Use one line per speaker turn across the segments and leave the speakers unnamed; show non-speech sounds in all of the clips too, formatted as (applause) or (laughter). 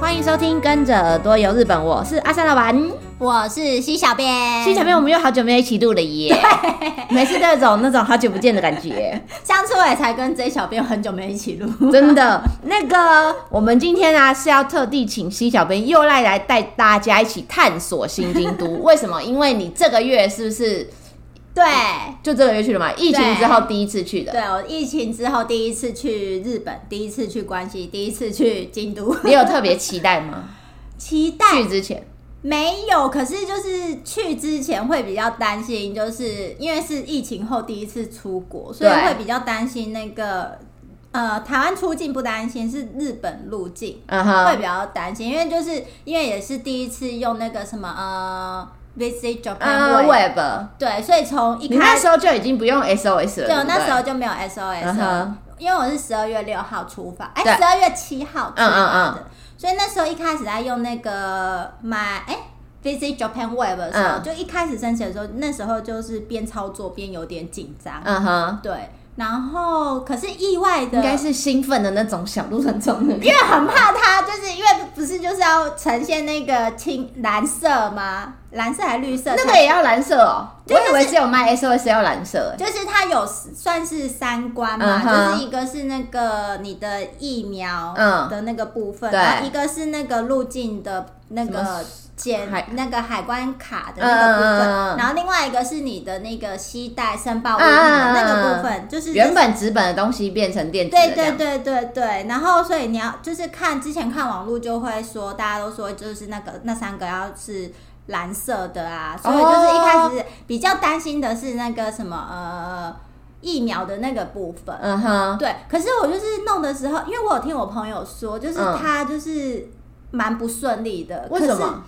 欢迎收听《跟着耳朵游日本》，我是阿三老板。
我是西小编，
新小妹，我们又好久没有一起录了耶！每次都有种那种好久不见的感觉，
(laughs) 上次我也才跟 J 小编很久没一起
(laughs)
录，
真的。那个，我们今天啊是要特地请西小编又来来带大家一起探索新京都。
(laughs)
为什么？因为你这个月是不是
对。
就这个月去了嘛？疫情之后第一次去的，
对我疫情之后第一次去日本，第一次去关西，第一次去京都，
你有特别期待吗？
(laughs) 期待
去之前，
没有，可是就是去之前会比较担心，就是因为是疫情后第一次出国，所以
对
会比较担心那个呃台湾出境不担心，是日本入境
嗯
会
哼，
比较担心，因为就是因为也是第一次用那个什么呃 VC Japan
嗯
Way，
，Web，
对，所以从一
你那
开始
时候就已经不用 SOS 了，
对，我
不
那时候就没有 SOS，
嗯
了
哼
因为我是十二月六号出发，哎，
对
十二月七号出
嗯嗯
发
嗯
的，所以那时候一开始在用那个买哎。Visit Japan Web 的时候，
嗯
就一开始申请的时候，那时候就是边操作边有点紧张，
嗯哼，
对。然后可是意外的，
应该是兴奋的那种小鹿乱撞 (laughs) 的感觉，
因为很怕它，就是因为不是就是要呈现那个青蓝色吗？蓝色还是绿色？
那个也要蓝色哦，我
对就是
以为只有卖 SOS 要蓝色欸，
就是它有算是三关
嗯
嘛，
哼
就是一个是那个你的疫苗
嗯
的那个部分，
对
然后一个是那个入境的那
什么
个检
海
那个海关卡的那个部分，
嗯嗯嗯嗯嗯
然后另外一个是你的那个携带申报物品的那个部分，就是
原本纸本的东西变成电子的
对
这
对
样，
对对对，然后所以你要就是看之前看网络就会说，大家都说就是那个那三个要是蓝色的啊，
哦
所以就是一开始比较担心的是那个什么呃疫苗的那个部分。
嗯哼，
对，可是我就是弄的时候，因为我有听我朋友说，就是
嗯
他就是蛮不顺利的。
为什？么？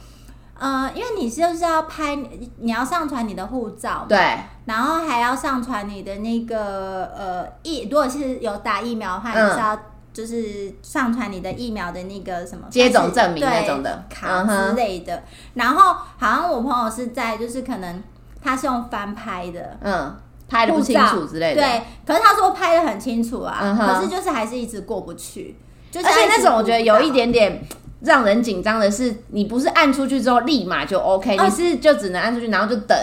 呃，因为你就是要拍，你要上传你的护照嘛，
对，
然后还要上传你的那个呃疫，如果是有打疫苗的话，
嗯
你是要就是上传你的疫苗的那个什么
接种证明那种
对
的
卡
嗯哼
之类的。然后好像我朋友是在就是可能他是用翻拍的。
嗯，拍的不清楚之类的，
对，可是他说拍的很清楚啊，
嗯哼
可是就是还是一直过不去，就是
而且
他一
那
直
种我觉得有一
不知道，
点点让人紧张的是，你不是按出去之后立马就 OK，、
啊
你是就只能按出去，然后就等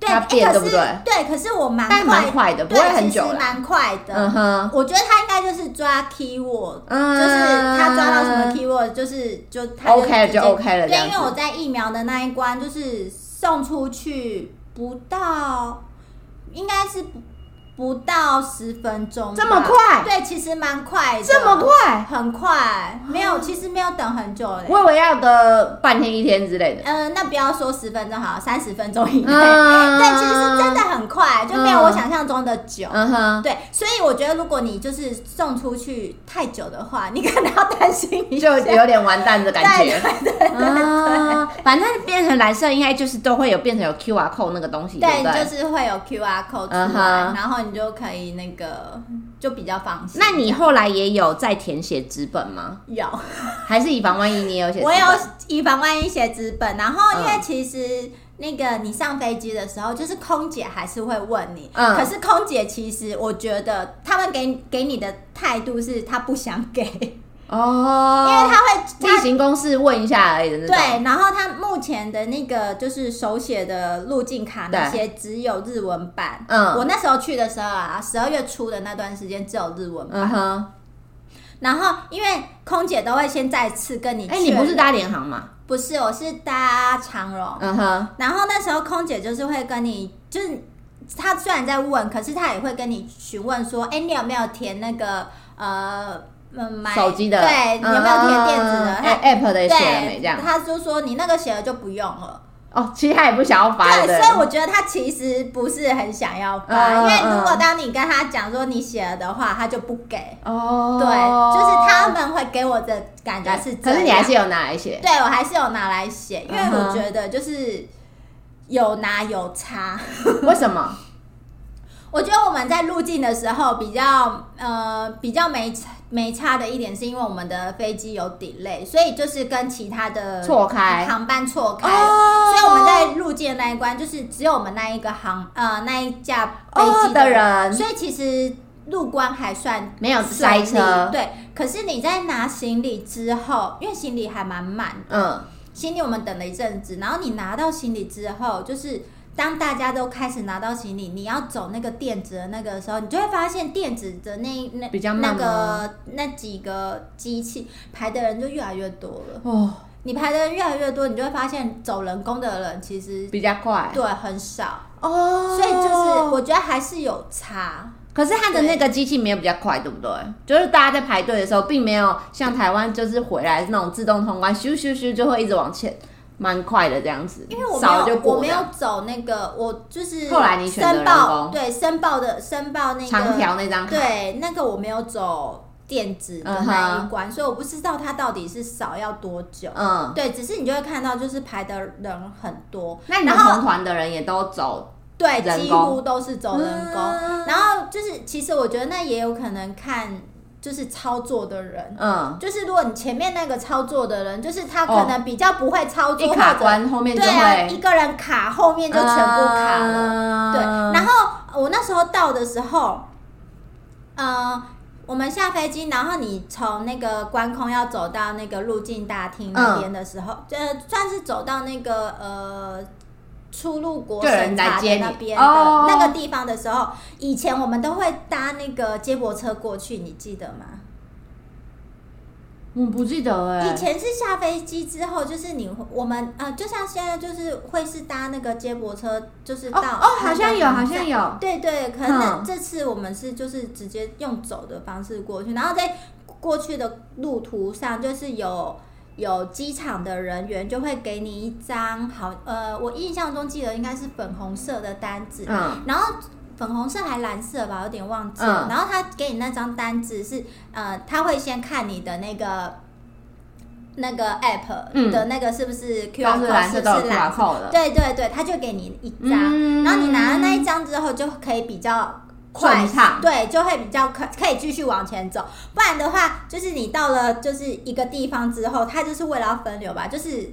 对，
它
哎
变，
可
对不
是
对？
对，可是我蛮
但蛮快的，不
对，
会很
其实
久啦。
蛮快的。
嗯哼，
我觉得他应该就是抓 keyword，
嗯，
就是他抓到什么 keyword，就是就他
OK
直
就
接
OK 了这
对，
样
因
子
为我在疫苗的那一关，就是送出去不到，应该是不不到十分钟，
这么？快，
对，其实蛮快的，
这么，快，
很快，没有，其实没有等很久嘞。
我以为要个半天一天之类的。
呃，那不要说十分钟好了，三十分钟以内，
嗯，
但其实是真的很快，就没有
嗯
我想象中的久。
嗯哼，
对，所以我觉得如果你就是送出去太久的话，你可能要担心一
就
下。
有点完蛋的感觉。
对对
啊，反正变成蓝色应该就是都会有变成有 QR code 那个东西，
对，
不对？
就是会有 QR code 出来
嗯哼
然后你就可以那个就比较放心。
那你后来也有在填写纸本吗？
有，
还是以防万一你也有写纸
我
本？
有以防万一写纸本，然后因为
嗯
其实那个你上飞机的时候，就是空姐还是会问你，
嗯
可是空姐其实我觉得他们给给你的态度是她不想给， (laughs) 因
哦，
为她会
例
她
行公事问一下而已的那种。
对，然后他目前的那个就是手写的入境卡那
对
些只有日文版。
嗯
我那时候去的时候啊，十二月初的那段时间只有日文版。
嗯哼，
然后因为空姐都会先再次跟你确
哎、
认，
你不是搭联航吗？
不是我是搭长荣，
嗯哼，
然后那时候空姐就是会跟你就是。她虽然在问，可是她也会跟你询问说：“哎、你有没有填那个呃，嗯，买
手机的
对，你有没有填电子的？
嗯嗯嗯
她
哎 app 的也写了没？这样
对，他就说你那个写了就不用了。
哦，其实他也不想要发
对，
对不
所以我觉得他其实不是很想要发，
嗯嗯
因为如果
嗯
当你跟他讲说你写了的话，他就不给。
哦，
对，就是他们会给我的感觉是这
可
样。
是你还是有拿来
(laughs)
写。
对我还是有拿来写，因为
嗯哼
我觉得就是有拿有差。
为什么？
我觉得我们在入境的时候比较呃比较没差没差的一点，是因为我们的飞机有 delay，所以就是跟其他的
错开
航班错开了。
哦
所以我们在入境的那一关，就是只有我们那一个航呃那一架飞
哦
机
的人
所以其实路关还算
没有塞车
顺利对。可是你在拿行李之后，因为行李还蛮满的，
嗯，
行李我们等了一阵子，然后你拿到行李之后，就是当大家都开始拿到行李，你要走那个垫子的那个时候，你就会发现垫子的那那
比较
那
慢吗
个那几个机器排的人就越来越多了。
哦，
你排的人越来越多，你就会发现走人工的人其实
比较快
对很少，
哦
所以就是我觉得还是有差。
可是它的那个机器没有比较快，对不对？就是大家在排队的时候，并没有像台湾就是回来那种自动通关，咻咻咻就会一直往前，蛮快的这样子，
因为我没
少就
有，
过
我没有
了
走那个，我就是
后来你选择
申
人
报，
工
对申报的申报那个
长条那张卡，
对，那个我没有走电子的那一关，所以我不知道它到底是少要多久。
嗯，
对，只是你就会看到，就是排的人很多，
那你们
然后
同团的人也都走
对，
人
几
工
乎都是走人工。
嗯
然后就是，其实我觉得那也有可能看就是操作的人，
嗯，
就是如果你前面那个操作的人，就是他
哦
可能比较不会操作，
一
或
卡
者
关后面就
对啊，一
会啊
个人卡后面就全部卡了。
了
对，然
后
后我那时候到的时候，呃，我们下飞机，然后你从那个关空要走到那个入境大厅那边的时候，
嗯
呃，算是走到那个呃。出入国
就有人
审
来
查
接
的
你
那边
哦
的那个地方的时候，以前我们都会搭那个接驳车过去，你记得吗？
我不记得哎、
以前是下飞机之后，就是你我们呃，就像现在就是会是搭那个接驳车，就是
哦
到
哦，好像有，
那个
好
航站
像有，
对对，可能那
嗯
这次我们是就是直接用走的方式过去，然后在过去的路途上，就是有有机场的人员就会给你一张好，呃，我印象中记得应该是粉红色的单子，
嗯
然后。粉红色还蓝色吧，有点忘记了。
嗯
然后他给你那张单子是，呃，他会先看你的那个那个 app
嗯
的那个是不是 QR
都是
code
蓝
是
色
不
都有
是
QR
蓝
code 的，
对对对，他就给你一张，
嗯
然后你拿了那一张之后，就可以比较快
顺畅
对，就会比较可可以继续往前走。不然的话，就是你到了就是一个地方之后，它就是为了要分流吧，就是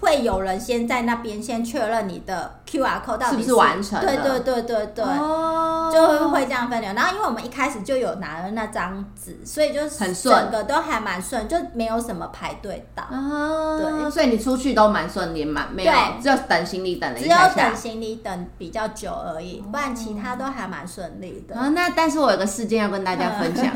会有人先在那边先确认你的 QR code 到
是
底
不是完成
对
了
对对对对。
哦
就会这样分流，然后因为我们一开始就有拿了那张纸，所以就是
很顺
整个都还蛮顺，就没有什么排队到。
啊，
对
所以你出去都蛮顺利，蛮没有，
对
只有等行李等了一
只有
下哦下
等。行李等比较久而已，不然其他都还蛮顺利的。
啊，那但是我有个事件要跟大家
(laughs)
分享，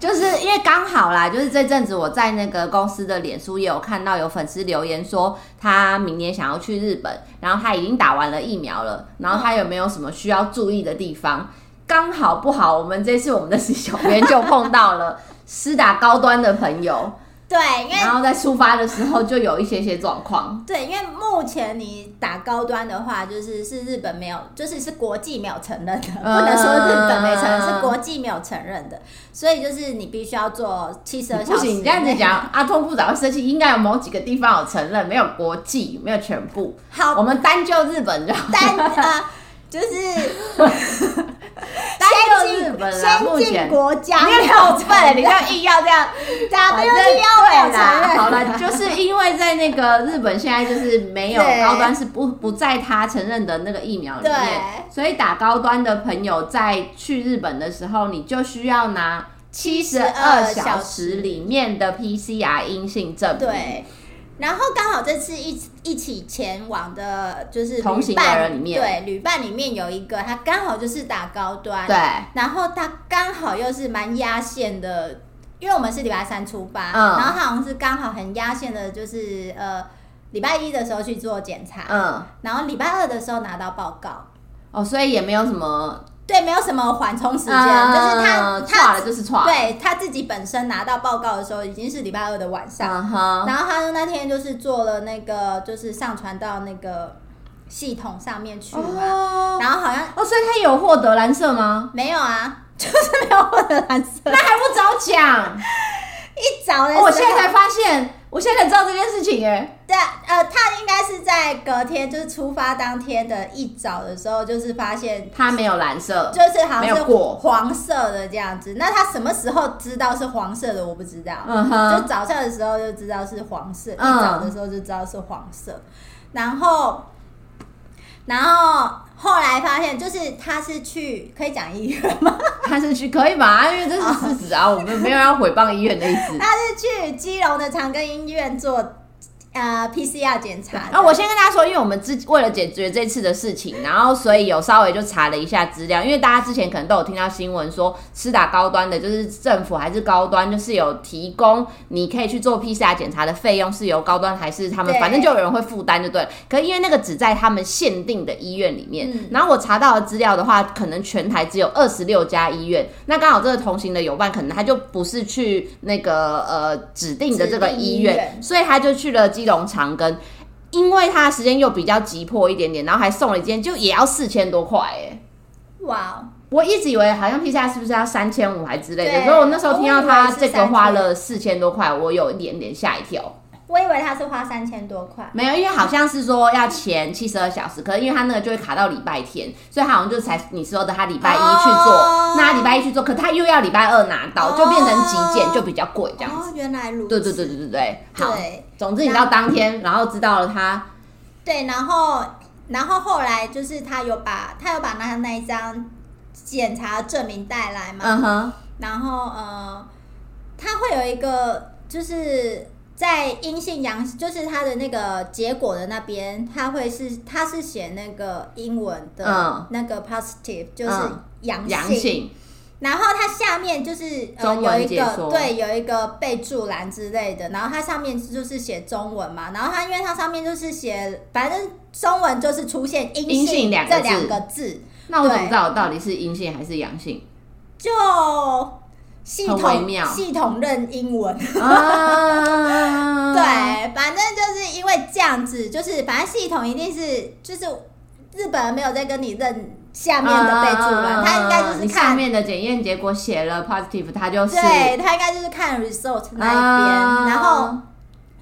就是因为刚好啦，就是这阵子我在那个公司的脸书也有看到有粉丝留言说，他明年想要去日本，然后他已经打完了疫苗了，然后他有没有什么需要注意的地方？刚好不好，我们这次我们的小编就碰到了施打高端的朋友，
对，因
然
为
后在出发的时候就有一些些状况。
对，因为目前你打高端的话，就是是日本没有，就是是国际没有承认的，
嗯
不能说日本没承认，是国际没有承认的，所以就是你必须要做七十二小
不
时。
行，你这样子，讲，阿通部长会生气。应该有某几个地方有承认，没有国际，没有全部。我
好
们单就日本就好，
单呃，
(laughs)
就是
单就日
先进
本啦。目
先进
前
国家
你
没
也好
有
笨，你这样硬要这
(laughs)
样，反正
WTO 没有
对
承
啦
认。
好了，就是因为在那个日本现在就是没有
对
高端是不不在他承认的那个疫苗里面，
对
所以打高端的朋友在去日本的时候，你就需要拿七十二
72
小时里面的 PCR 阴性证明。
对，然后刚好这次一起一起前往的，就是
同
旅
行的
伴
人里面
对，旅伴里面有一个，他刚好就是打高端，
对，
然后他刚好又是蛮压线的，因为我们是礼拜三出发，
嗯
然后他好像是刚好很压线的，就是呃礼拜一的时候去做检查，
嗯。
然后礼拜二的时候拿到报告。
哦，所以也没有什么
对，没有什么缓冲时间，就是他
嗯
他
错了就是错了，
对他自己本身拿到报告的时候已经是礼拜二的晚上，
嗯哼，
然后他那天就是做了那个，就是上传到那个系统上面去嘛。
哦
然后好像
哦，所以他有获得蓝色吗？
没有啊，就是 (laughs) 没有获得蓝色。
那还不早 (laughs) 讲？
一早的时
哦
候，
我现在才发现，我现在才知道这件事情哎。
对啊，呃，他应该是在隔天，就是出发当天的一早的时候，就是发现。
他没有蓝色，
就是好
没有
像是
过
黄色的这样子，那他什么时候知道是黄色的？我不知道。
嗯
就
哼，
早上的时候就知道是黄色，
嗯
一早的时候就知道是黄色，然后。然后后来发现，就是他是去可以讲医院 (laughs) 吗？
他是去可以吧？因为这是事实啊，我们没有要毁谤医院的意思。
他是去基隆的长庚医院做呃 PCR 检查 (laughs) 的。
啊，我先跟大家说，因为我们之为了解决这次的事情，然后所以有稍微就查了一下资料，因为大家之前可能都有听到新闻说，施打高端的，就是政府还是高端，就是有提供你可以去做 PCR 检查的费用是由高端还是他们，
对
反正就有人会负担就对了。可因为那个只在他们限定的医院里面，
嗯
然后我查到的资料的话，可能全台只有二十六家医院，那刚好这个同行的友伴可能他就不是去那个呃指定的这个医院，
指定医院
所以他就去了基隆长庚。因为他的时间又比较急迫一点点，然后还送了一件，就也要四千多块哎、
哇哦，
我一直以为好像 PCR 是不是要三千五还之类的，
对
所以我那时候听到他这个花
我以为
了四千多块，我有一点点吓一跳。
我以为他是花三千多块。
没有，因为好像是说要前七十二小时，可是因为他那个就会卡到礼拜天，所以他好像就才你说的他礼拜一去做，
哦
那他礼拜一去做，可他又要礼拜二拿到，就变成急件，
哦
就比较贵这样子。
哦，原来如此。
对对对对对对，好。
对
总之你到当天，然后知道了他
对，然后然后后来就是他有把他有把那那一张检查证明带来嘛，
嗯哼，
然后呃，他会有一个就是在阴性阳，就是他的那个结果的那边，他会是他是写那个英文
嗯
的那个 positive，、就是
嗯
阳
阳性，
然后它下面就是呃
中文
有一
解
个
说
对有一个备注栏之类的，然后它上面就是写中文嘛，然后它因为它上面就是写，反正中文就是出现阴
阴性两个
这
字
两个字，
那我怎么
对
知道我到底是阴性还是阳
(laughs)
性
就系
很微
统
妙
系统认英文，
啊？
对，反正就是因为这样子，就是反正系统一定是就是日本人没有在跟你认下面的备注栏，
嗯
他应该就
你
是
上
看。
面的检验结果写了 positive，他就是
对他应该就是看 result 那一边，
啊
然后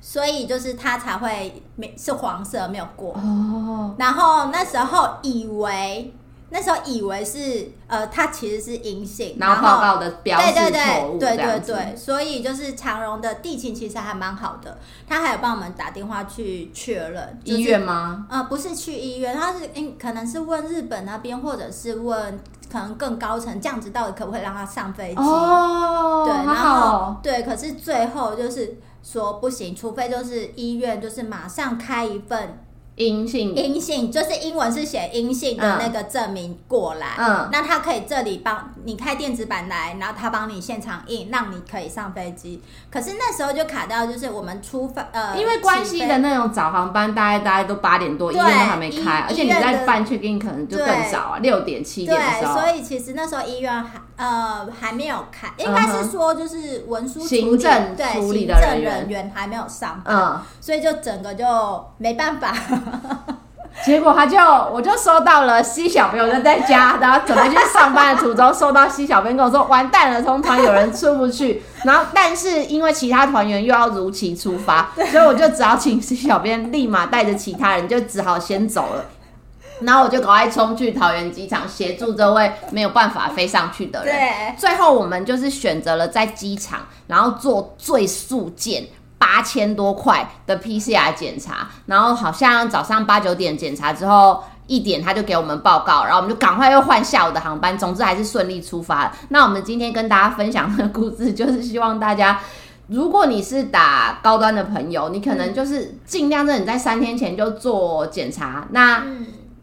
所以就是他才会没是黄色没有过。
哦，
然后那时候以为那时候以为是呃，他其实是阴性，
然后报告的标
对
示
对
错
对
误，
对
这样
对
子
对，所以就是长荣的地勤其实还蛮好的，他还有帮我们打电话去确认、就是
医院吗？
呃，不是去医院，他是嗯，可能是问日本那边，或者是问可能更高层，这样子到底可不可以让他上飞机？
哦，
对，
好
然
好
后
哦
对，可是最后就是说不行，除非就是医院就是马上开一份
阴性，
阴性，就是英文是写阴性的
嗯
那个证明过来，
嗯
那他可以这里帮你开电子版来，然后他帮你现场印，让你可以上飞机。可是那时候就卡到就是我们出发呃，
因为关系
起飞
的那种早航班，大概大概都八点多，医
对
院都还没
医
开，而且你
医院
在
的
办 check in 可能就更
对
早啊，六点七点的时
对，
候
所。以其实那时候医院还呃还没有开，应该
嗯
是
哼
说就是文书处
行
理
政
对
处理
行
的
政
人员
人员还没有上班，
嗯，
所以就整个就没办
(laughs)
法。
结果他就我就收到了 C 小朋友人在家，然后准备去上班的途中，收到 C 小编跟我说，完蛋了，同团有人出不去。然后，但是因为其他团员又要如期出发，所以我就只好请 C 小编立马带着其他人，就只好先走了。然后我就赶快冲去桃园机场协助这位没有办法飞上去的人。
对
最后我们就是选择了在机场，然后做最速件。八千多块的 PCR 检查，然后好像早上八九点检查之后一点他就给我们报告，然后我们就赶快又换下午的航班，总之还是顺利出发了。那我们今天跟大家分享的故事，就是希望大家如果你是打高端的朋友，你可能就是尽量在你在三天前就做检查。那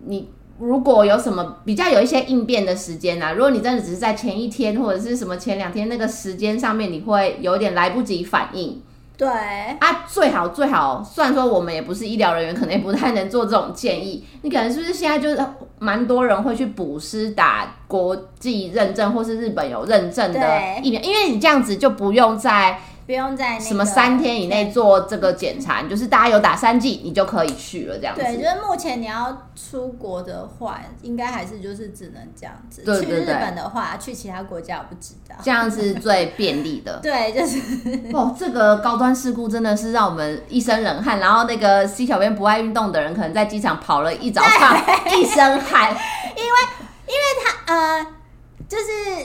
你如果有什么比较有一些应变的时间啊，如果你真的只是在前一天或者是什么前两天那个时间上面，你会有点来不及反应
对，
啊。最好最好，虽然说我们也不是医疗人员，可能也不太能做这种建议。你可能是不是现在就是蛮多人会去补施打国际认证或是日本有认证的
对
疫苗，因为你这样子就不用再。
不用在那个
什么三天以内做这个检查，你就是大家有打三剂，你就可以去了这样子。
对，就是目前你要出国的话，应该还是就是只能这样子。
对对
去日
对
本的话，去其他国家我不知道。
这样是最便利的
对，就是
(laughs) 哦，这个高端事故真的是让我们一身冷汗。然后那个 C 小编不爱运动的人，可能在机场跑了一早上，一身汗。
呃，就是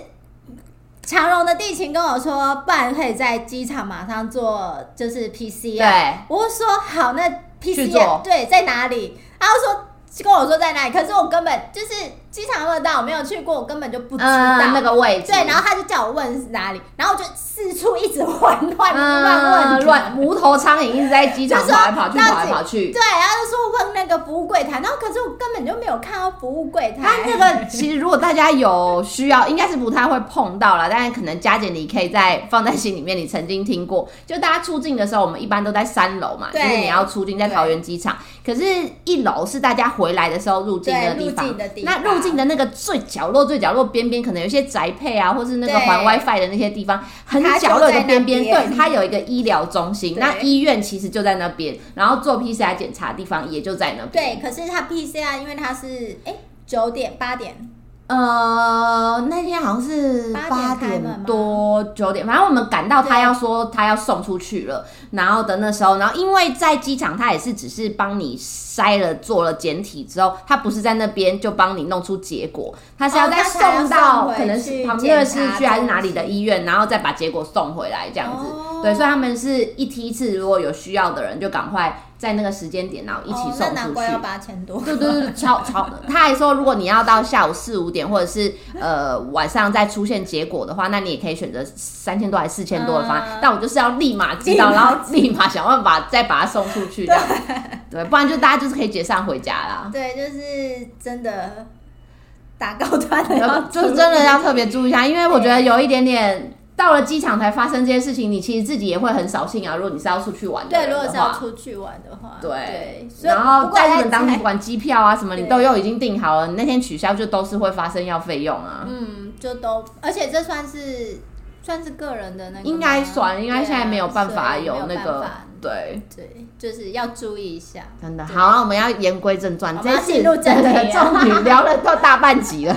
长荣的地勤跟我说，不然可以在机场马上做就是
(laughs)
PCR。
对，
我就说好，那
去做
PCR 对在哪里？他就说跟我说在哪里，可是我根本就是机场问到我没有去过，我根本就不知道、
嗯，那个位置，
对，然后他就叫我问是哪里，然后我就四处一直 (laughs) 混乱乱
嗯，
问，
乱无头苍蝇一直在机场
就说
跑来跑去，
那
跑来
几
跑去。
对，然后就说问那个服务柜台，然后可是我根本就没有看到服务柜台。
但这个其实如果大家有需要，应该是不太会碰到啦。但是可能佳姐你可以再放在心里面，你曾经听过，就大家出境的时候，我们一般都在三楼嘛，就
对
是你要出境在桃园机场，可是一楼是大家回来的时候入境
对
的
入
地方
境。的地
那
方，
入境的那个最角落、最角落边边，可能有一些宅配啊，或是那个
对
环 WiFi 的那些地方，很
它就
角落的
在那
边边，
边
对，它有一个医疗中心，
对
那医院其实就在那边，然后做 PCR 检查的地方也就在那边。
对，可是他 PCR，因为他是哎九点八点，
呃，那天好像是八
八点开门吗
点多九点，反正我们赶到他要说他要送出去了，然后的那时候，然后因为在机场他也是只是帮你筛了做了检体之后，他不是在那边就帮你弄出结果，他是要
哦
再
他才要
送到
送回
可能
去
是旁边的市
检查
区还是哪
中
里的医院，然后再把结果送回来这样子。
哦
对，所以他们是一梯次，如果有需要的人就赶快在那个时间点，然后一起
哦
送
那
出去。
难怪要八千多，
对对对，超超。他还说，如果你要到下午四五点，或者是呃晚上再出现结果的话，那你也可以选择三千多还是四千多的方案。
嗯
但我就是要立马知道，
立马
然后立马想办法再把它送出去，这样对，不然就大家就是可以解散回家啦。
对，就是真的打高
(laughs)
端的
然
要
后
注
呃
意，
就是真的要特别注意一下，因为我觉得有一点点。到了机场才发生这些事情，你其实自己也会很扫兴啊。如果你是要出去玩的
对，
人
如
的
果
话，
是要出去玩的话，
对
对，所以
然
不
后
过还
在日本当地
在
不管机票啊什么，你都
对
有已经订好了，你那天取消就都是会发生要费用啊。
嗯，就都，而且这算是算是个人的那个吗，
应该算，应该
对啊
现在没有办法
所以没
有
有
那个
办法
对，
对，就是要注意一下。
真的
对
好，那我们要言归正传，
我们
这
要
次
进入正题啊
对
了
终于聊了都大半集
(laughs)
了。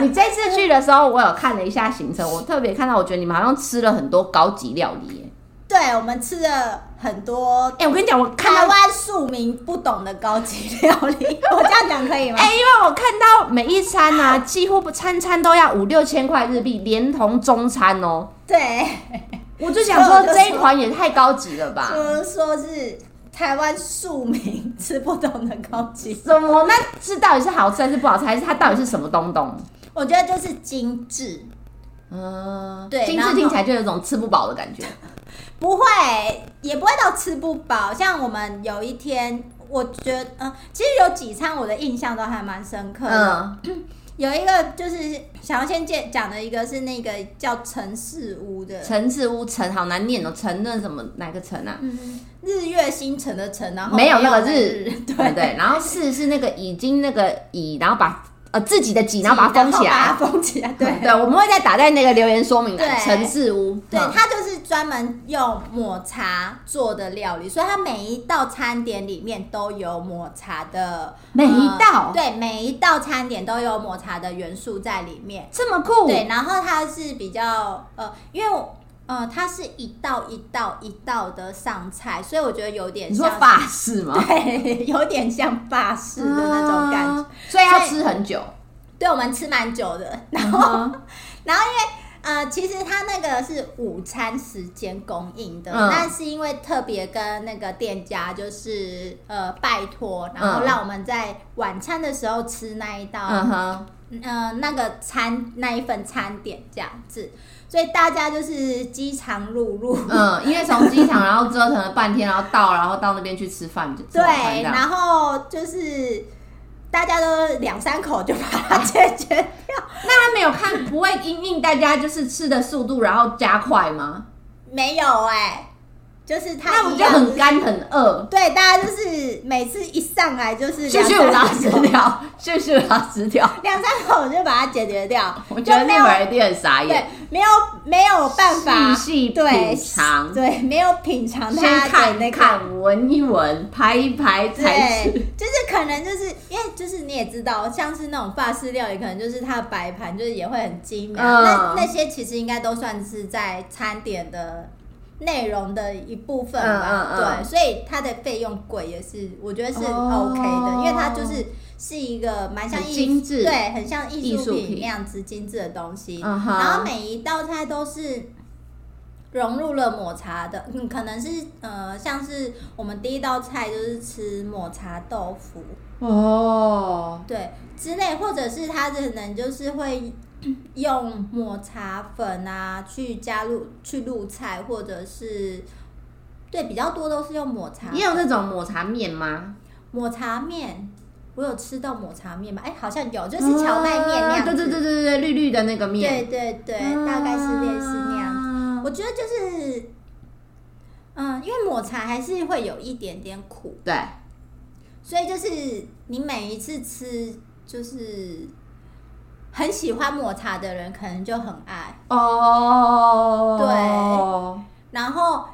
你这次去的时候，我有看了一下行程，我特别看到，我觉得你们好像吃了很多高级料理耶。
对我们吃了很多
哎、我跟你讲，我看
台
到。
湾庶民不懂的高级料理，我这样讲可以吗？
哎、因为我看到每一餐啊，几乎不餐餐都要五六千块日币，连同中餐哦、
对，
我就想说这一团也太高级了吧？
就是说是台湾庶民吃不懂的高级，
怎么？那这到底是好吃还是不好吃？还是它到底是什么东东？
我觉得就是精致，
嗯，
对
精
然
致
后
听起来就有一种吃不饱的感
(laughs)
觉。
不会，也不会到吃不饱。像我们有一天，我觉得，嗯、其实有几餐我的印象都还蛮深刻的。
嗯，
有一个就是想要先介讲的一个是那个叫陈世屋的，
陈志屋陈好难念哦，陈那什么哪个陈啊？
嗯，日月星辰的辰，然后
没有那个
没
日
日，对
对对，然后是是那个已经那个乙，然后把呃自己的己，然后把它封起来。
然
啊
后把它封起来，对。
(laughs) 对，我们会再打在那个留言说明栏。
对
陈志屋，
对，
嗯
它就是专门用抹茶做的料理，所以它每一道餐点里面都有抹茶的
每一道
呃对，每一道餐点都有抹茶的元素在里面。
这么酷，
对，然后它是比较呃，因为我呃，它是一道一道一道的上菜，所以我觉得有点
你说
像
法式吗？
(laughs) 对，有点像法式的那种感觉。
啊，所以要
所以
吃很久。
对我们吃蛮久的， (laughs) 然后
嗯
呃，其实它那个是午餐时间供应的，
嗯
但是因为特别跟那个店家就是呃拜托，然后
嗯
让我们在晚餐的时候吃那一道，
哼，
呃那个餐那一份餐点这样子，所以大家就是饥肠辘辘。
(laughs) 嗯，因为从机场然后折腾了半天，然后到然后到那边去吃饭，就吃晚餐
对，
这样
然后就是大家都两三口就把它解决。
那他没有看，不会因应大家就是吃的速度，然后加快吗？
没有哎、就是他
那不就
一样
很干很饿？
对，大家就是每次一上来就是啊
咻
两
咻拉
三
十
口，
(laughs) 条，咻咻拉十条。
两三口就把它解决掉。
我觉得
就没
日
有
本人一定很傻
对
眼，，
没有没有办法
细细
对
品尝
对，没有品尝
先
它的
看
那
一
个。
看，闻一闻，拍一拍才吃。，
对就是可能就是因为就是你也知道，像是那种法式料理，可能就是它的摆盘就是也会很精美。啊
嗯
那那些其实应该都算是在餐点的内容的一部分吧。
嗯嗯嗯
对，所以它的费用贵也是，我觉得是
哦
OK 的，因为它就是是一个蛮像
很
艺
精致
对，很像艺
艺术
术品
品
那样子精致的东西。
嗯哼
然后每一道菜都是。融入了抹茶的，嗯，可能是呃，像是我们第一道菜就是吃抹茶豆腐，
哦，
对，之类，或者是它可能就是会用抹茶粉啊去加入去入菜，或者是对比较多都是用抹茶
也有那种抹茶面吗？
抹茶面。我有吃到抹茶面吧？哎、好像有，就是荞麦面那
啊
样
对
子、
对对对对，绿绿的那个面，
对对对，大概是类似那样子。
样。
我觉得就是，嗯，因为抹茶还是会有一点点苦，
对，
所以就是你每一次吃，就是很喜欢抹茶的人，可能就很爱。
哦，
然后，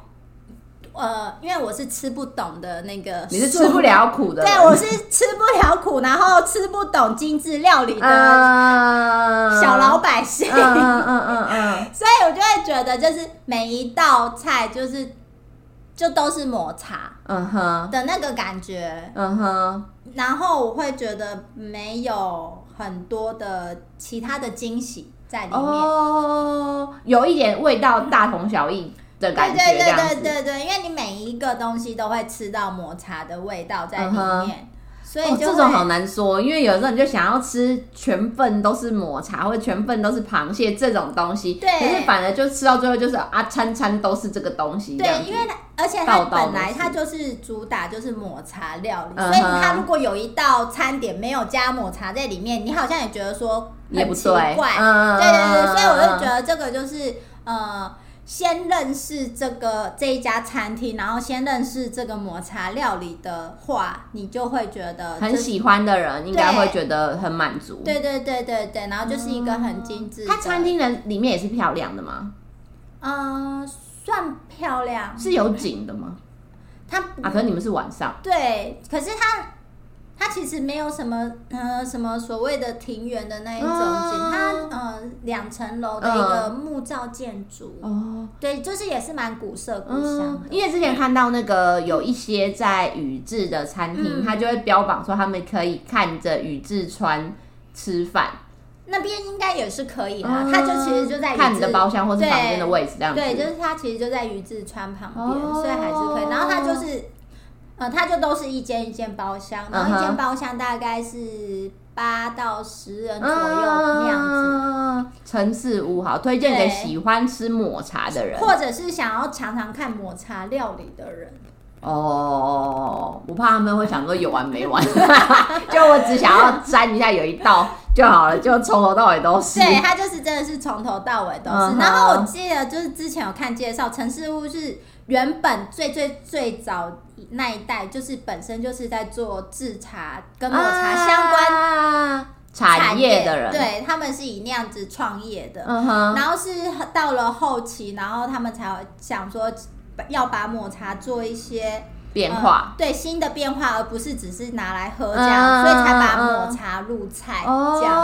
呃，因为我是吃不懂的那个，
你是吃不。了苦的
对
人，，
我是吃不了苦，然后吃不懂精致料理
啊
的
嗯
小老百姓，
嗯嗯嗯嗯嗯，
(laughs) 所以我就会觉得，就是每一道菜就是就都是抹茶
嗯哼，
的那个感觉，
嗯哼，
然后我会觉得没有很多的其他的惊喜在里面。
哦，有一点味道大同小异的
对
感觉，
对
这样
对对
子
对对，因为你每一个东西都会吃到抹茶的味道在里
嗯
面，所以
哦，
就
这
会
种好难说，因为有时候你就想要吃全份都是抹茶或者全份都是螃蟹这种东西，
对
可是反而就吃到最后就是啊，餐餐都是这个东西，这样
对，
子
因为它而且
道
它
道
本
都
来
是
它就是主打就是抹茶料理，
嗯哼
所以它如果有一道餐点没有加抹茶在里面，你好像也觉得说
也
很
不
奇
对，
怪。
嗯
对对对，所以我就觉
得，
得这个就是呃。先认识这个这一家餐厅，然后先认识这个抹茶料理的话，你就会觉得
很
这
喜欢的人应该会觉得很满足。，
对对对对对，然后就是一个很精致的。
它餐厅的里面也是漂亮的吗？
嗯、算漂亮，
是有景的吗？
它
啊，可是你们是晚上，
对，可是它它其实没有什么呃什么所谓的庭园的那一种景，
嗯
它呃两层楼的一个木造建筑，
哦，
对，就是也是蛮古色古香
嗯
的，，
因为之前看到那个有一些在宇治的餐厅，
嗯
它就会标榜说他们可以看着宇治川吃饭，
那边应该也是可以啦，
嗯
它就其实就在
看
宇
你
治
的包厢或是
对
房间的位置这样子。
对，就是它其实就在鱼字川旁边，
哦
所以还是可以。然后它就是，呃，它就都是一间一间包厢，然后一
嗯哼
间包厢大概是八到十人左右
嗯
那样子。
子。城市五好，推荐给
对
喜欢吃抹茶的人。
或者是想要常常看抹茶料理的人，
哦，我怕他们会想说有完没完， (laughs) 就我只想要沾一下有一道就好了，就从头到尾都是。
对他就是真的是从头到尾都
嗯
是。
嗯哼
然后我记得就是之前有看介绍，陈事屋是原本最最最早那一代，就是本身就是在做制茶跟抹茶相关
关啊产业的人，，
对他们是以那样子创业的。
嗯哼，
然后是到了后期，然后他们才想说要把抹茶做一些
变化。
呃对新的变化，而不是只是拿来喝
嗯
这样，所以才把
嗯嗯
抹茶入菜、
哦，
这样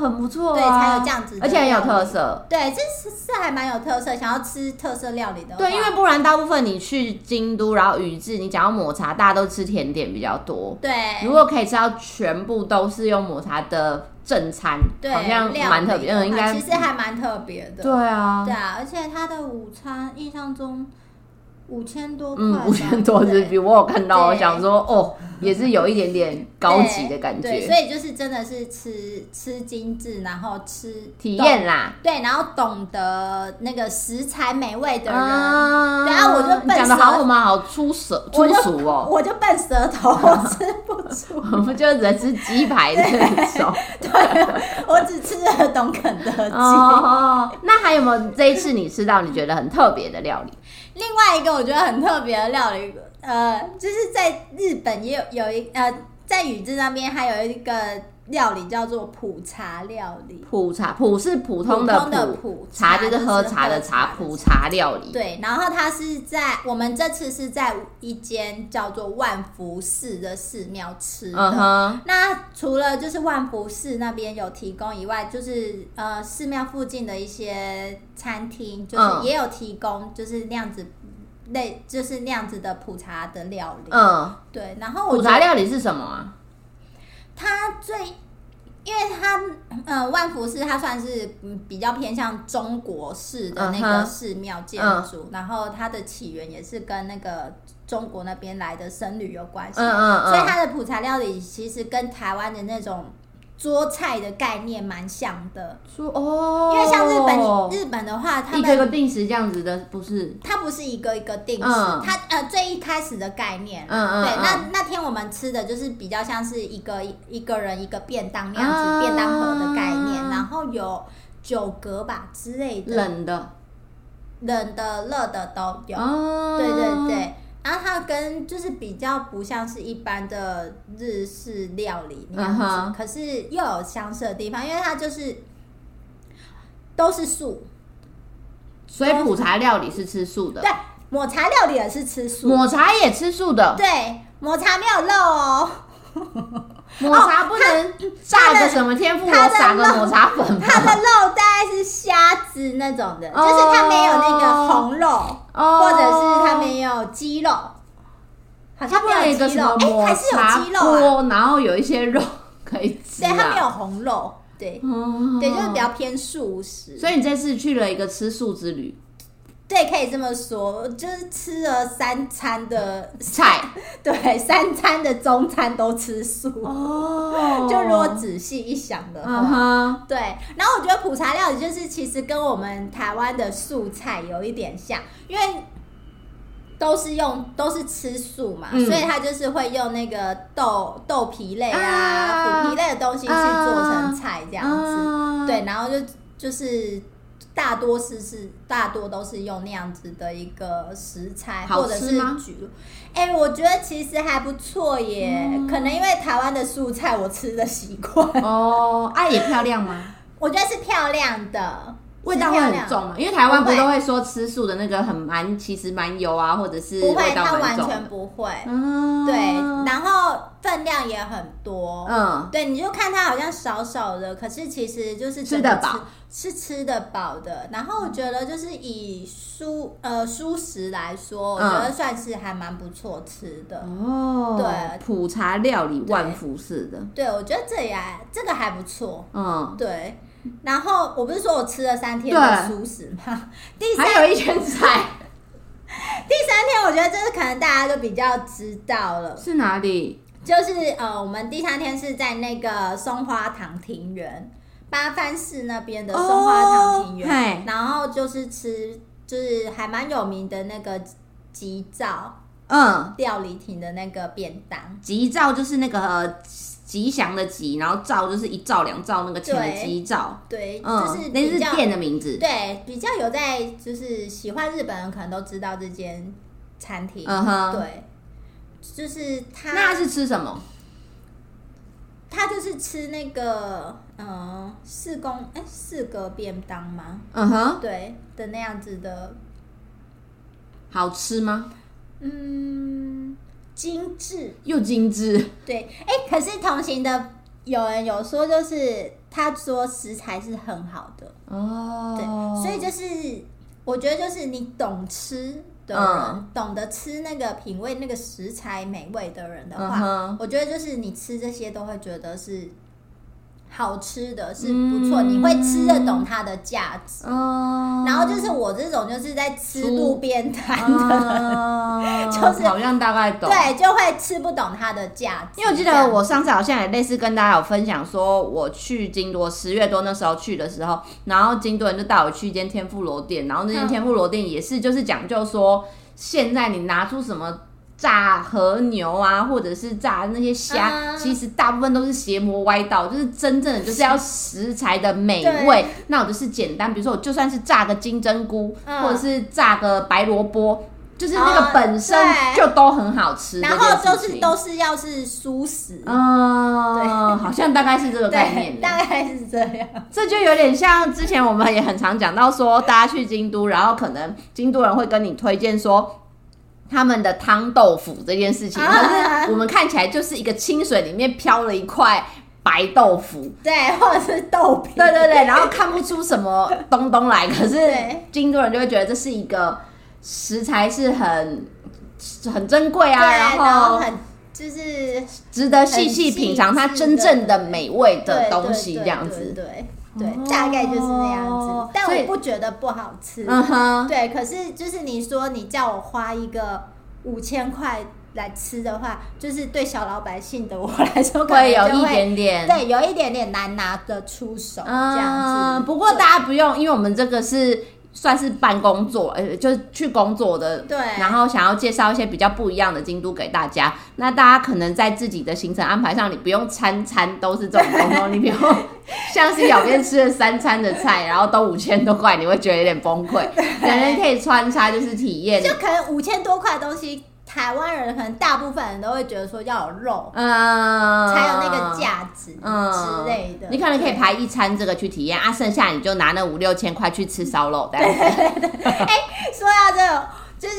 子。
很不错、啊，
对才有这样子的
而且很有
料
特
理
色。
对，这是是还蛮有特色。想要吃特色料理的话，
对，因为不然大部分你去京都，然后宇治，你讲到抹茶，大家都吃甜点比较多。如
对
果可以吃到全部都是用抹茶的正餐，
对
好像
料
蛮特
理
别，
的话
嗯，应该
其实还蛮特别的。
对啊，
对啊，而且它的午餐印象中五千多块吧，
嗯，五千多日
对
币，我有看到，我
对
想说哦，也是有一点点高级的感
对，对
觉，
所以就是真的是吃吃精致，然后吃
体
懂
验啦。
对，然后懂得那个食材美味的人，
啊
对啊我就笨
你讲的
死
好
了
我们好粗俗粗
我就
俗哦，
我就笨舌头，我吃不出，
我们就只能吃鸡排的那种。
我只吃得懂肯德基。
哦，那还有没有这一次你吃到你觉得很特别的料理？
另外一个我觉得很特别的料理，呃，就是在日本也有有一呃，在宇治那边还有一个料理叫做普茶料理，
普茶，普是普通的
普通的普
茶
茶
就是喝茶的
就是喝茶
茶，
的
普茶料理。
对，然后它是在我们这次是在一间叫做万福寺的寺庙吃的。
嗯哼，
那除了就是万福寺那边有提供以外，就是呃寺庙附近的一些餐厅，就是
嗯
也有提供，就是那样子类，就是那样子的普茶的料理。
嗯，
对，然后
普
我觉得
茶料理是什么啊？
它最，因因为它，呃，万福寺它算是嗯比较偏向中国式的那
嗯
个
哼
寺庙建筑，然后它的起源也是跟那个中国那边来的僧侣有关系，
嗯嗯
所以
嗯，
它的普茶料理其实跟台湾的那种桌菜的概念蛮像的，
说哦，
因为像日本，日本的话，他
一个一个
们
定时这样子的，不是？
它不是一个一个定时，
嗯
它呃最一开始的概念
嗯，嗯，
对，
嗯
那那天我们吃的就是比较像是一个一个人一个便当那样子、
啊
便当盒的概念，然后有九格吧之类的，
冷的
冷的、热的都有。
哦，
对对对，然后它跟就是比较不像是一般的日式料理那样子，
嗯哼
可是又有相似的地方，因为它就是都是素，
所以普茶料理是吃素的
对，，抹茶料理也是吃素，
抹茶也吃素的，
对，抹茶没有肉哦。
抹茶不能炸个什么天妇罗，
它的
撒个抹茶粉吗
它的肉大概是虾子那种的，
哦
就是它没有那个红肉，
哦，
或者是它没有鸡肉，好
它
像
不
没
能
有
一个
鸡
什
肉，
么
哎、
抹
还是有
茶
鸡肉啊，
锅，然后有一些肉 (laughs) 可以吃
对，
啊，
它没有红肉，对。
哦，
对，就是比较偏素食，
所以你这次去了一个吃素之旅，
对，可以这么说，就是吃了三餐的，
(laughs) 菜
对，三餐的中餐都吃素。
哦
就如果仔细一想的话
嗯哼，
对，然后我觉得普茶料理就是其实跟我们台湾的素菜有一点像，因为都是用都是吃素嘛，
嗯
所以它就是会用那个豆豆皮类啊、
啊
腐皮类的东西去做成菜这
这
样子，
嗯
对，然后就就是。大多是是大多都是用那样子的一个食材，
好
或者
吃
是
吗
菊。哎、我觉得其实还不错耶，
嗯
可能因为台湾的素菜我吃的习惯， (laughs)
哦，啊也漂亮吗？
我觉得是漂亮的，
味道会
是漂
很
亮，
重嘛，啊因为台湾
不
不
会
都会说吃素的那个很蛮，其实蛮油啊，或者是
不
味
会，
道
它
蛮
完
重
全
的。
不会。
嗯
对，然后分量也很多。
嗯，
对，你就看它好像少少的，可是其实就是
吃得
整个
饱
吃，是吃得饱的。然后我觉得就是以蔬呃蔬食来说，我觉得算是还蛮不错吃的。
哦，
对
普茶料理
对
万福寺的，
对，我觉得这也还这个还不错。
嗯，
对，然后我不是说我吃了三天
对
的蔬食吗？ (laughs) 第三
还有一圈菜
(laughs) 第三天，我觉得就是可能大家就比较知道了，
是哪里？
就是呃，我们第三天是在那个松花堂庭园，八幡市那边的松花堂庭园，
园，
然后就是吃，就是还蛮有名的那个吉兆
嗯，
料理亭的那个便当。
吉兆就是那个呃吉祥的吉，然后兆就是一兆两兆那个钱的
对
吉兆，
对，
嗯，
就是
那
比
是
较
店的名字，
对比较有在，就是喜欢日本人可能都知道这间餐厅。
嗯哼，
对，就是它
那是吃什么？
他就是吃那个嗯四公哎四个便当吗？
嗯哼，
对的那样子的，
好吃吗？
嗯，精致。
又精致，
对，哎、可是同行的有人有说，就是他说食材是很好的，
哦，
对，所以就是我觉得就是你懂吃的人，
嗯
懂得吃那个品味那个食材美味的人的
嗯
话，
哼，
我觉得就是你吃这些都会觉得是好吃的，是不错，
嗯
你会吃得懂它的价值。
哦，
然后
(laughs)
就是我这种就是在吃
猪
路边摊的人，
哦
就是
好像大概懂。
对，就会吃不懂它的价值。
因为我记
这
得
样
我上次好像也类似跟大家有分享说，我去京都十月多那时候去的时候，然后京都人就带我去一间天妇罗店，然后那间
嗯
天妇罗店也是就是讲究说，现在你拿出什么。炸和牛啊，或者是炸那些虾，
啊
其实大部分都是邪魔歪道，就是真正的就是要食材的美味。那我就是简单，比如说我就算是炸个金针菇，
嗯
或者是炸个白萝卜，就是那个
哦
本身
对
就都很好吃这件
然
事情。
后就是都是要是素食，
嗯，好像大概是这个概
对，
念。
大概是这样。
这就有点像之前我们也很常讲到说，大家去京都，然后可能京都人会跟你推荐说。他们的汤豆腐这件事情，
啊
可是我们看起来就是一个清水里面飘了一块白豆腐，
对，或者是豆皮，
对对啊对，然后看不出什么东东来，可是
对
京都人就会觉得这是一个食材是很很珍贵啊，
对，然
后
很就是
值得细细品尝它真正的美味的
对
东
对
西，
对
这样
对
子。
对对
哦
大概就是那样子。但
所以
我不觉得不好吃，
嗯哼，
对。可是就是你说你叫我花一个五千块来吃的话，就是对小老百姓的我来说，可能
会有
就
一点点。
对，有一点点难拿得出手这样
嗯，
子。
不过大家不用，因为我们这个是算是办工作，呃，就是去工作的。
对
然后想要介绍一些比较不一样的京都给大家，那大家可能在自己的行程安排上，你不用餐餐都是这种东东，你不
(laughs)
用像是小编吃了三餐的菜，然后都五千多块，你会觉得有点崩
(laughs)
溃。可能可以穿插就是体验，
就可能五千多块的东西，台湾人可能大部分人都会觉得说要有肉、
嗯，
才有那个。价值嗯之类的。
你可能可以
对
排一餐这个去体验啊，剩下你就拿那五六千块去吃烧肉，对，
说到这个，就是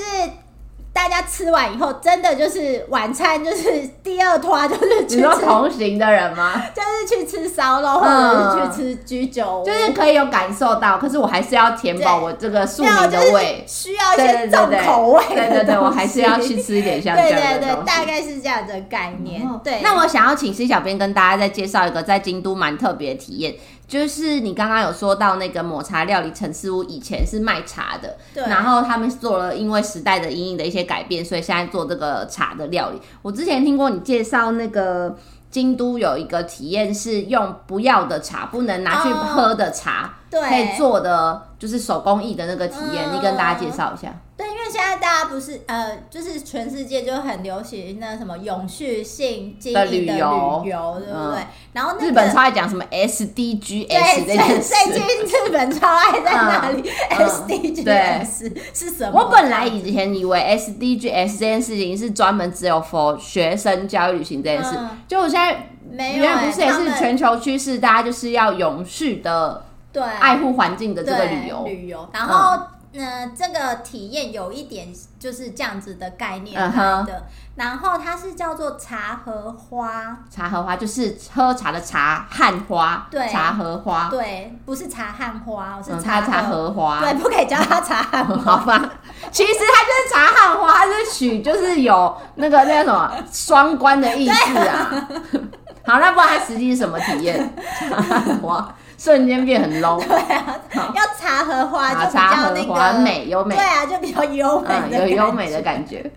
大家吃完以后，真的就是晚餐就是第二拖就是去
(laughs) 你说
吃，
同行的人吗？
(laughs) 就是去吃烧肉，或
嗯
者是去吃居酒屋，
就是可以有感受到，可是我还是要填饱
对
我这个庶
没有
民
就
的
是
胃。
需要一
对
些
对
重
对对，
口味的
对对对，我
东西
还是要去。吃一点像这
对
样
对
的
对，
东西。
大概是这样的概念。对，
那我想要请 C 小编跟大家再介绍一个在京都蛮特别的体验，就是你刚刚有说到那个抹茶料理陈思屋以前是卖茶的，
对
然后他们做了因为时代的阴影的一些改变，所以现在做这个茶的料理。我之前听过你介绍那个京都有一个体验是用不要的茶，不能拿去
哦
喝的茶，
对
可以做的就是手工艺的那个体验，
嗯
你跟大家介绍一下。
对，因为现在大家不是呃，就是全世界就很流行那什么永续性经营
的
的
旅
旅
游
游，对不对？
嗯
然后、那个、
日本超爱讲什么 SDGs 这
对，
件
最
事，
最近日本超爱在那里、
嗯
SDGs 是什么？
我本来以前以为 SDGs 这件事情是专门只有 for 学生教育旅行这件事，
嗯
就我现在
没有、欸
原来不是也
他
是
们
全球趋势，大家就是要永续的
对
爱护环境的这个
对
旅游。嗯
旅游，然后。呃，这个体验有一点就是这样子的概
嗯
念来
哼
的然后它是叫做茶和花，
茶和花就是喝茶的茶，汉花，
对
茶和花，
对，不是茶和花，哦是
嗯，
茶
它茶
和
和花，
对，不可以叫它茶汉
嗯
花。
(laughs) 好吧，其实它就是茶汉花，它是取就是有那个那个什么双关的意思啊。好，那不然它实际是什么体验？茶汉花瞬间变很 low，
要茶和花就
啊
比
茶
较
和
那
花
个
美优美
对，啊，就比较优美的
嗯，
感
有
觉、
优美的感觉。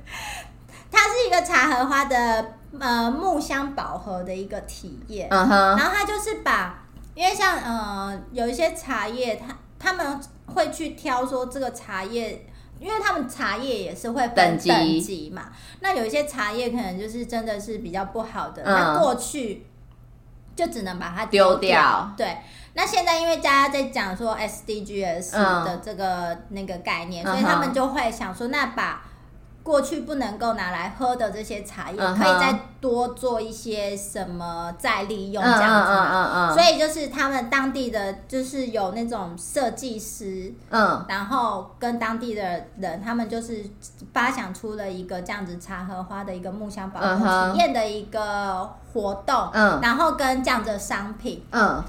它是一个茶和花的呃木香饱和的一个体验，
嗯哼，
然后它就是把，因为像呃有一些茶叶，它他们会去挑说这个茶叶。因为他们茶叶也是会分
等级
等级嘛，那有一些茶叶可能就是真的是比较不好的，
嗯
那、过去就只能把它
丢
掉。
掉
对，那现在因为大家在讲说 SDGs
嗯
的这个、那个概念，
嗯
所
哼
以他们就会想说，那把过去不能够拿来喝的这些茶叶，
嗯哼
可以再多做一些什么再利
嗯
用这
嗯
样子
嗯
嘛。
嗯嗯，
所以就是他们当地的，就是有那种设计师，
嗯
然后跟当地的人，他们就是发想出了一个这样子茶和花的一个木香宝
嗯哼
体验的一个活动，
嗯
然后跟这样子的商品，
嗯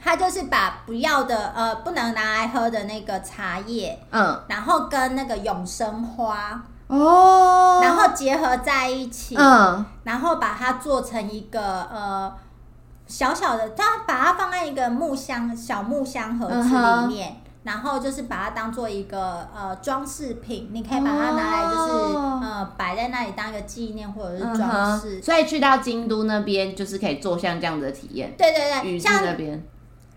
它就是把不要的呃不能拿来喝的那个茶叶，
嗯，
然后跟那个永生花，
哦，
然后结合在一起，
嗯
然后把它做成一个呃小小的，它把它放在一个木箱小木箱盒
嗯
子
哼
里面。然后就是把它当做一个呃装饰品，你可以把它拿来就是、
哦
呃摆在那里当一个纪念或者是
嗯
装
哼，
饰。
所以去到京都那边就是可以做像这样子的体验，
对对对，
宇治
呃像
那边，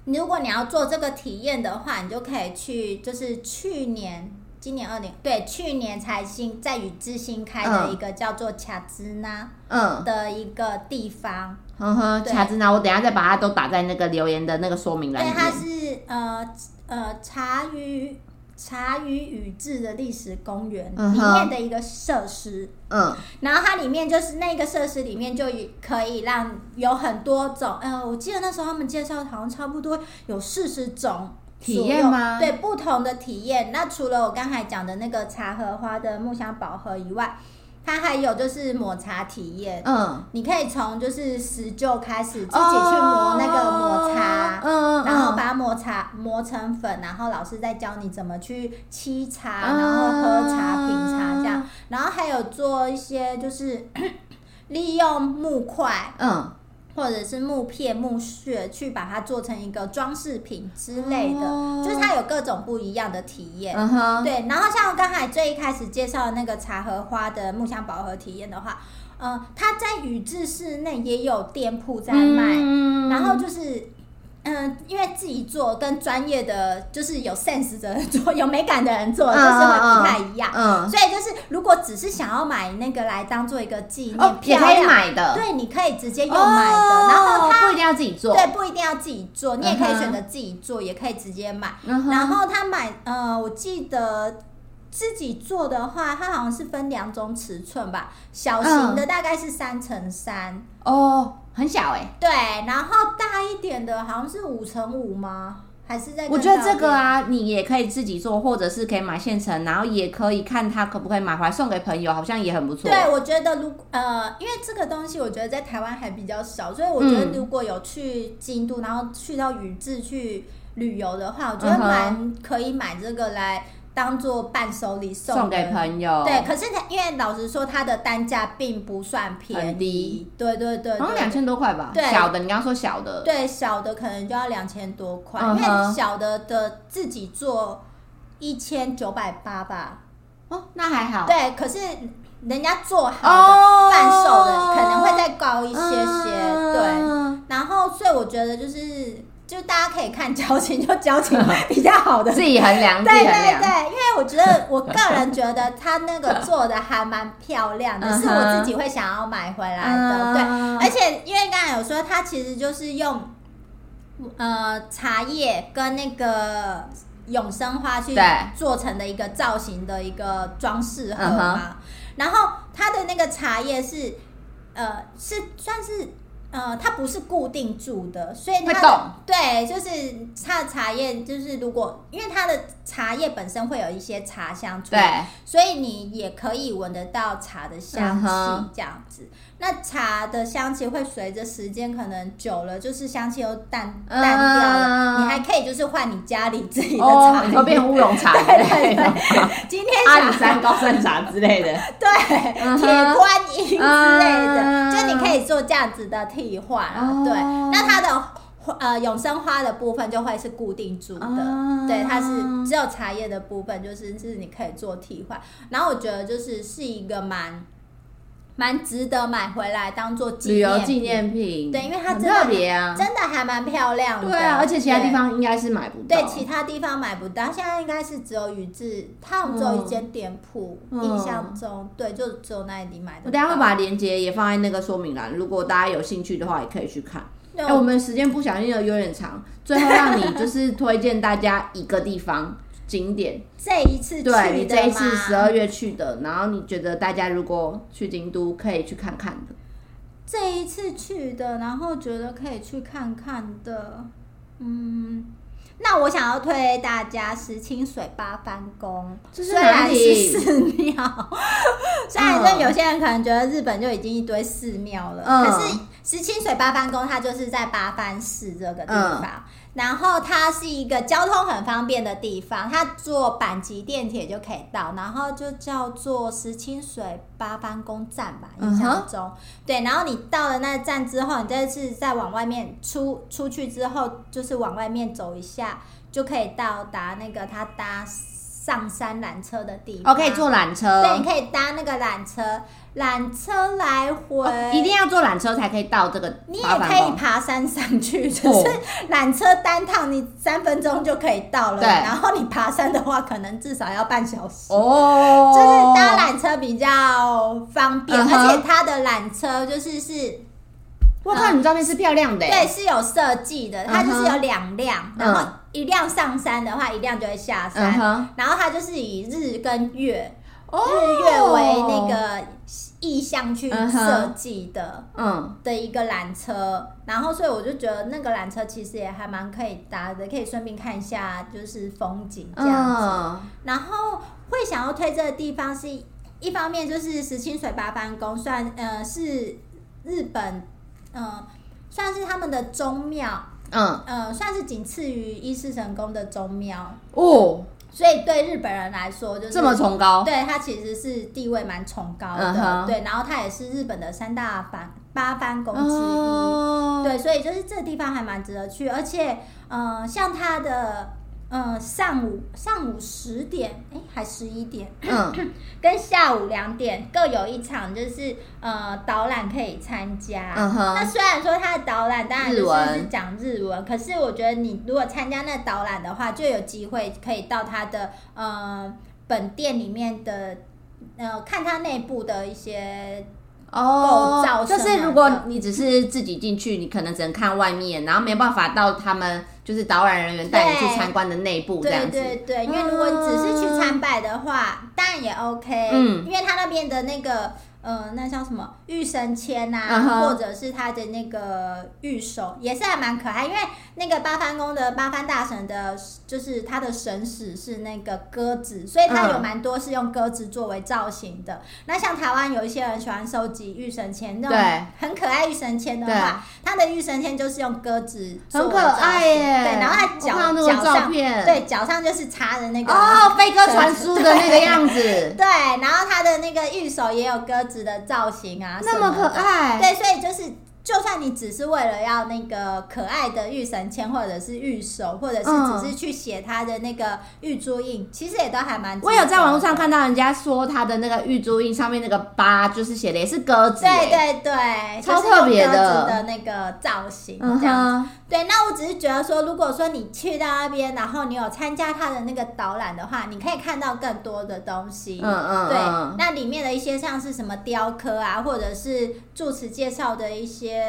如果你要做这个体验的话，你就可以去，就是去年。今年二零对，去年才新在宇治新开的一个叫做卡兹纳
嗯。
的一个地方，
嗯哼，
对
卡子拿，我等一下再把它都打在那个留言的那个说明栏里
对，
面。
它是呃呃茶与茶与宇治的历史公园
嗯
里
哼
面的一个设施，
嗯
然后它里面就是那个设施里面就可以让有很多种，呃，我记得那时候他们介绍好像差不多有四十种
体
左右
验吗
对，不同的体验。那除了我刚才讲的那个茶和花的木香宝盒以外，它还有就是抹茶体验。
嗯，
你可以从就是石臼开始，自己去
哦
磨那个抹茶，
嗯，嗯
然后把抹茶磨成粉，然后老师再教你怎么去沏
啊
茶，然后喝茶、品茶这样。然后还有做一些就是 (coughs) 利用木块
嗯，
或者是木片、木屑去把它做成一个装饰品之类的，
哦
就是它有各种不一样的体验。
嗯哼，
对，然后像我刚才最一开始介绍的那个茶和花的木香饱和体验的话，呃，它在宇治市内也有店铺在卖，
嗯
然后就是。嗯，因为自己做跟专业的就是有 sense 的人做，有美感的人做，就是会不太一样。
嗯，
所以就是，如果只是想要买那个来当做一个纪念，
哦，也
漂
可以
亮，
买的，
对，你可以直接用买的。然后
哦
它
不一定要自己做，
对不一定要自己做，你也可以
嗯哼
选择自己做，也可以直接买。
嗯哼，
然后他买，呃，我记得自己做的话，它好像是分两种尺寸吧，小型
嗯
的大概是三乘三，
哦，很小哎，
对，然后大一点的好像是五乘五吗？还是在？
我觉得这个。啊，你也可以自己做，或者是可以买现成，然后也可以看它可不可以买回来送给朋友，好像也很不错。
对，我觉得如呃，因为这个东西我觉得在台湾还比较少，所以我觉得
嗯
如果有去京都，然后去到宇治去旅游的话，我觉
嗯
得
哼
蛮可以买这个来当做伴手礼送
送给
人
朋友，
对，，可是它因为老实说，它的单价并不算便
很
宜
低，啊
对对对
好像两
对。
千多块吧，
对
小的，你刚刚说小的，
对小的可能就要两千多块，
嗯
因
哼
为小的的自己做一千九百八吧。
哦，那还好，
对，可是人家做好
哦嗯
的贩售的可能会再高一
一
些些，对。
嗯
然后，所以我觉得就是，就大家可以看交情，就交情比较好的
嗯自己衡量，自
对
己衡
对
量，
对，因为我觉得我个人觉得它那个做的还蛮漂亮的，
嗯哼
是我自己会想要买回来的。对，
嗯
而且因为刚才有说，它其实就是用呃茶叶跟那个永生花去
对
做成的一个造型的一个装饰盒
嗯哼
嘛。然后它的那个茶叶是呃是算是。呃，它不是固定住的，所以它
会
的
动
对，就是它的茶叶，就是如果因为它的茶叶本身会有一些茶香出来，
对，
所以你也可以闻得到茶的香
嗯哼
气，这样子。那茶的香气会随着时间可能久了，就是香气又淡
嗯
淡掉了。你还可以就是换你家里自己的
哦
茶，
你说
叶。
变乌龙茶之
对对
类的，
对，今天
阿
想
里山高山茶之类
(laughs)
的，
对
嗯哼
铁观音之类
嗯
的，就你可以做这样子的替换啊。对，
哦
那它的呃永生花的部分就会是固定住的。
啊
对，它是只有茶叶的部分，就是是你可以做替换。然后我觉得就是是一个蛮蛮值得买回来当做
旅游纪
纪品，
念品，
对因为它
很
真的
特别啊，
真的还蛮漂亮的。
对啊，而且其他地
哦对。
方应该是买不到，
对，其他地方买不到，现在应该是只有宇治，它好像只有一间店铺，
嗯
印象中，对，就只有那里买得到。
我等一下会把链接也放在那个说明栏，如果大家有兴趣的话，也可以去看。
对
哎、我们时间不小心的有点长，最后让你就是推荐大家一个地方景点，
这一次去的
对你这一次
嘛
十二月去的，然后你觉得大家如果去京都可以去看看的，
这一次去的，然后觉得可以去看看的，嗯，那我想要推大家石清水八幡宫，
这是
虽
哪
然是
里？
寺庙， (laughs) 虽然说有些人可能觉得日本就已经一堆寺庙了，
嗯
可是石清水八幡宫它就是在八幡市这个地方。
嗯
然后它是一个交通很方便的地方，它坐阪急电铁就可以到，然后就叫做石清水八幡宫站吧，
嗯
印
哼
象中。对，然后你到了那站之后，你再次再往外面出出去之后，就是往外面走一下，就可以到达那个他搭上山缆车的地方。
哦，可以。坐缆车，
对，你可以搭那个缆车，缆车来回、
哦一定要坐缆车才可以到这个
你也
八
可
幡
以
宫。
爬山上去，只
哦
是缆车单趟你三分钟就可以到了，
对
然后你爬山的话，可能至少要半小时。
哦，
就是搭缆车比较方便，
嗯哼
而且它的缆车就是是
我看你照片是漂亮的、
对
欸，
是有设计的，它就是
嗯哼
有两辆，
嗯
然后一辆上山的话，一辆就会下
嗯
山，
哼，
然后它就是以日跟月
哦
日月为那，个意象去
嗯哼
设计的。
嗯，
的一个缆车，然后所以我就觉得那个缆车其实也还蛮可以搭的，可以顺便看一下就是风景这样子。
嗯，
然后会想要推这个地方是一方面就是石清水八幡宫，算呃是日本呃算是他们的宗庙，
嗯，
呃算是仅次于伊势神宫的宗庙。
哦，
所以对日本人来说，就是
这么崇高，
对他其实是地位蛮崇高的，
嗯哼
对，然后他也是日本的三大藩八藩公之一，
哦，
对，所以就是这地方还蛮值得去，而且，嗯、像它的，嗯、上午上午十点，哎，还十一点，
嗯，
跟下午两点各有一场，就是呃导览可以参加。
嗯哼
那虽然说它的导览当然就
日
是
文
是讲日文，可是我觉得你如果参加那导览的话，就有机会可以到它的呃本店里面的呃看它内部的一些构造
哦，
什
就
么
是如果
的
你只是自己进去，你可能只能看外面，然后没办法到他们就是导览人员带你
对
去参观的内部这
对
样子。
对对，因为如果只是去参拜的话，当然也 OK。
嗯
因为他那边的那个呃，那叫什么御神签啊，
嗯哼
或者是他的那个御手，也是还蛮可爱。因为那个八幡宫的八幡大神的，就是他的神使是那个鸽子，所以他
嗯
有蛮多是用鸽子作为造型的。那像台湾有一些人喜欢收集御神签，那种
对
很可爱御神签的
对
话，它的御神签就是用鸽子作
很
为
可
造型，
爱耶！
对，然后它
我
脚
看到那
脚
种
上
照片，，
对，脚上就是插着那个。
嗯哦，飞鸽传书的那个样子，
(laughs) 对，然后他的那个玉手也有鸽子的造型啊，
那么
什
可
的。
爱。
对，所以就是，就算你只是为了要那个可爱的玉神签，或者是玉手，或者是
嗯
只是去写他的那个玉珠印，其实也都还蛮值得
我
的。
有在网络上看到人家说他的那个玉珠印上面那个八，就是写的也是鸽子、
对
欸，
对对，
超
就是用
特别
鸽子
的
的那个造型
嗯
这样子。
哼，
对，那我只是觉得说，如果说你去到那边，然后你有参加他的那个导览的话，你可以看到更多的东西。
嗯嗯，
对，
嗯，
那里面的一些像是什么雕刻啊，或者是住持介绍的一些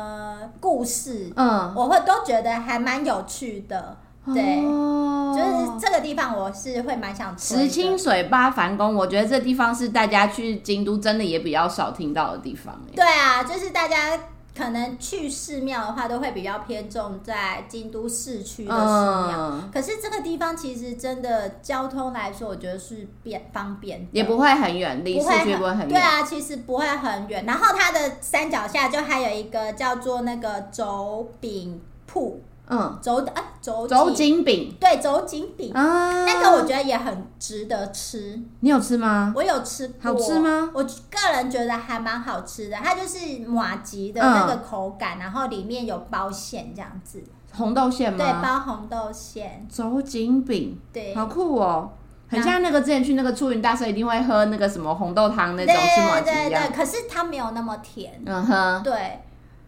呃故事，
嗯，
我会都觉得还蛮有趣的。对，
哦
就是这个地方我是会蛮想去。
石清水八幡宫，我觉得这地方是大家去京都真的也比较少听到的地方、欸，
对啊，就是大家可能去寺庙的话，都会比较偏重在京都市区的寺庙。
嗯，
可是这个地方其实真的交通来说，我觉得是便方便的，
也不会很远，离
不
市
会
区不会很
对
远，
啊，其实不会很远。然后它的山脚下就还有一个叫做那个肘饼铺，
嗯，
肘啊肘
肘
颈，
颈饼
对肘颈饼，
啊，
那个我觉得也很值得吃。
你有吃吗？
我有吃过，
好吃吗？
我个人觉得还蛮好吃的，它就是马吉的那个
嗯
口感，然后里面有包馅这样子，
红豆馅
对，
吗？
包红豆馅，
肘颈饼，
对。
好酷哦！很
那
像那个之前去那个出云大社一定会喝那个什么红豆汤那
对
种吃马
对
吉
对
一样
对，，可是它没有那么甜，
嗯哼，
对，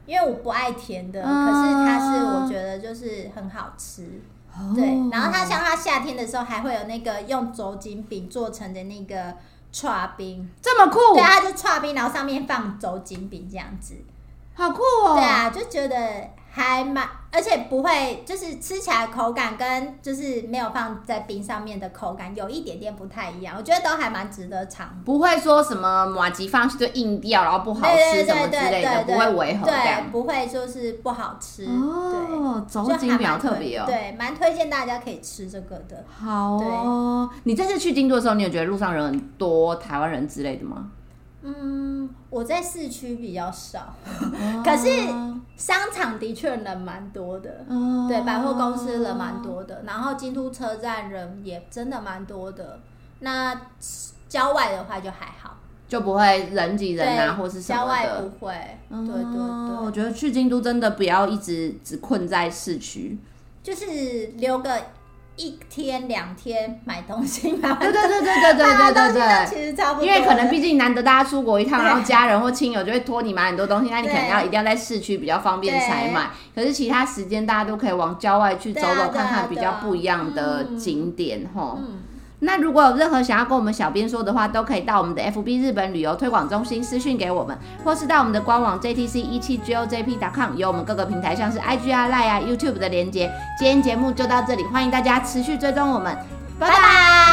因为我不爱甜的，
啊
可是它是我觉得就是很好吃。
哦
对，然后它像它夏天的时候还会有那个用肘颈饼做成的那个串冰，
这么酷，
对，它就串冰，然后上面放肘颈饼这样子。
好酷
对
哦！
啊，就觉得还蛮，而且不会就是吃起来口感跟就是没有放在冰上面的口感有一点点不太一样，我觉得都还蛮值得尝
不会说什么马吉放去就硬掉，然后不好吃什么之类的，不会违和这
对，
样。
不会就是不好吃，
哦，
对，
走景
就还
秒
蛮
特别哦。
对，蛮推荐大家可以吃这个的。
好哦，你这次去京都的时候，你有觉得路上人很多，台湾人之类的吗？
嗯，我在市区比较少，可是商场的确人蛮多的，
哦
对，百货公司人蛮。多的，然后京都车站人也真的蛮多的。那郊外的话就还好，
就不会人挤人啊，
对
或是什
郊
么
外
的。
不会，
哦
对对
我
对，
觉得去京都真的不要一直只困在市区。
就是留个一天两天买东西买
(laughs) 对对
完
对对对对对对对。
那其实差不多
因
了，
为可能毕竟难得大家出国一趟，
对
然后家人或亲友就会托你买很多东西，那你可能要
对
一定要在市区比较方便才
对
买。可是其他时间大家都可以往郊外去走
对啊
走，
对啊
看看比
对啊
较不一样的
嗯
景点吼。
嗯，
那如果有任何想要跟我们小编说的话，都可以到我们的 FB 日本旅游推广中心私讯给我们，或是到我们的官网 JTC 一七 GOJP.com，有我们各个平台像是 IG 啊、Line 啊、YouTube 的连接。今天节目就到这里，欢迎大家持续追踪我们，拜拜。
拜拜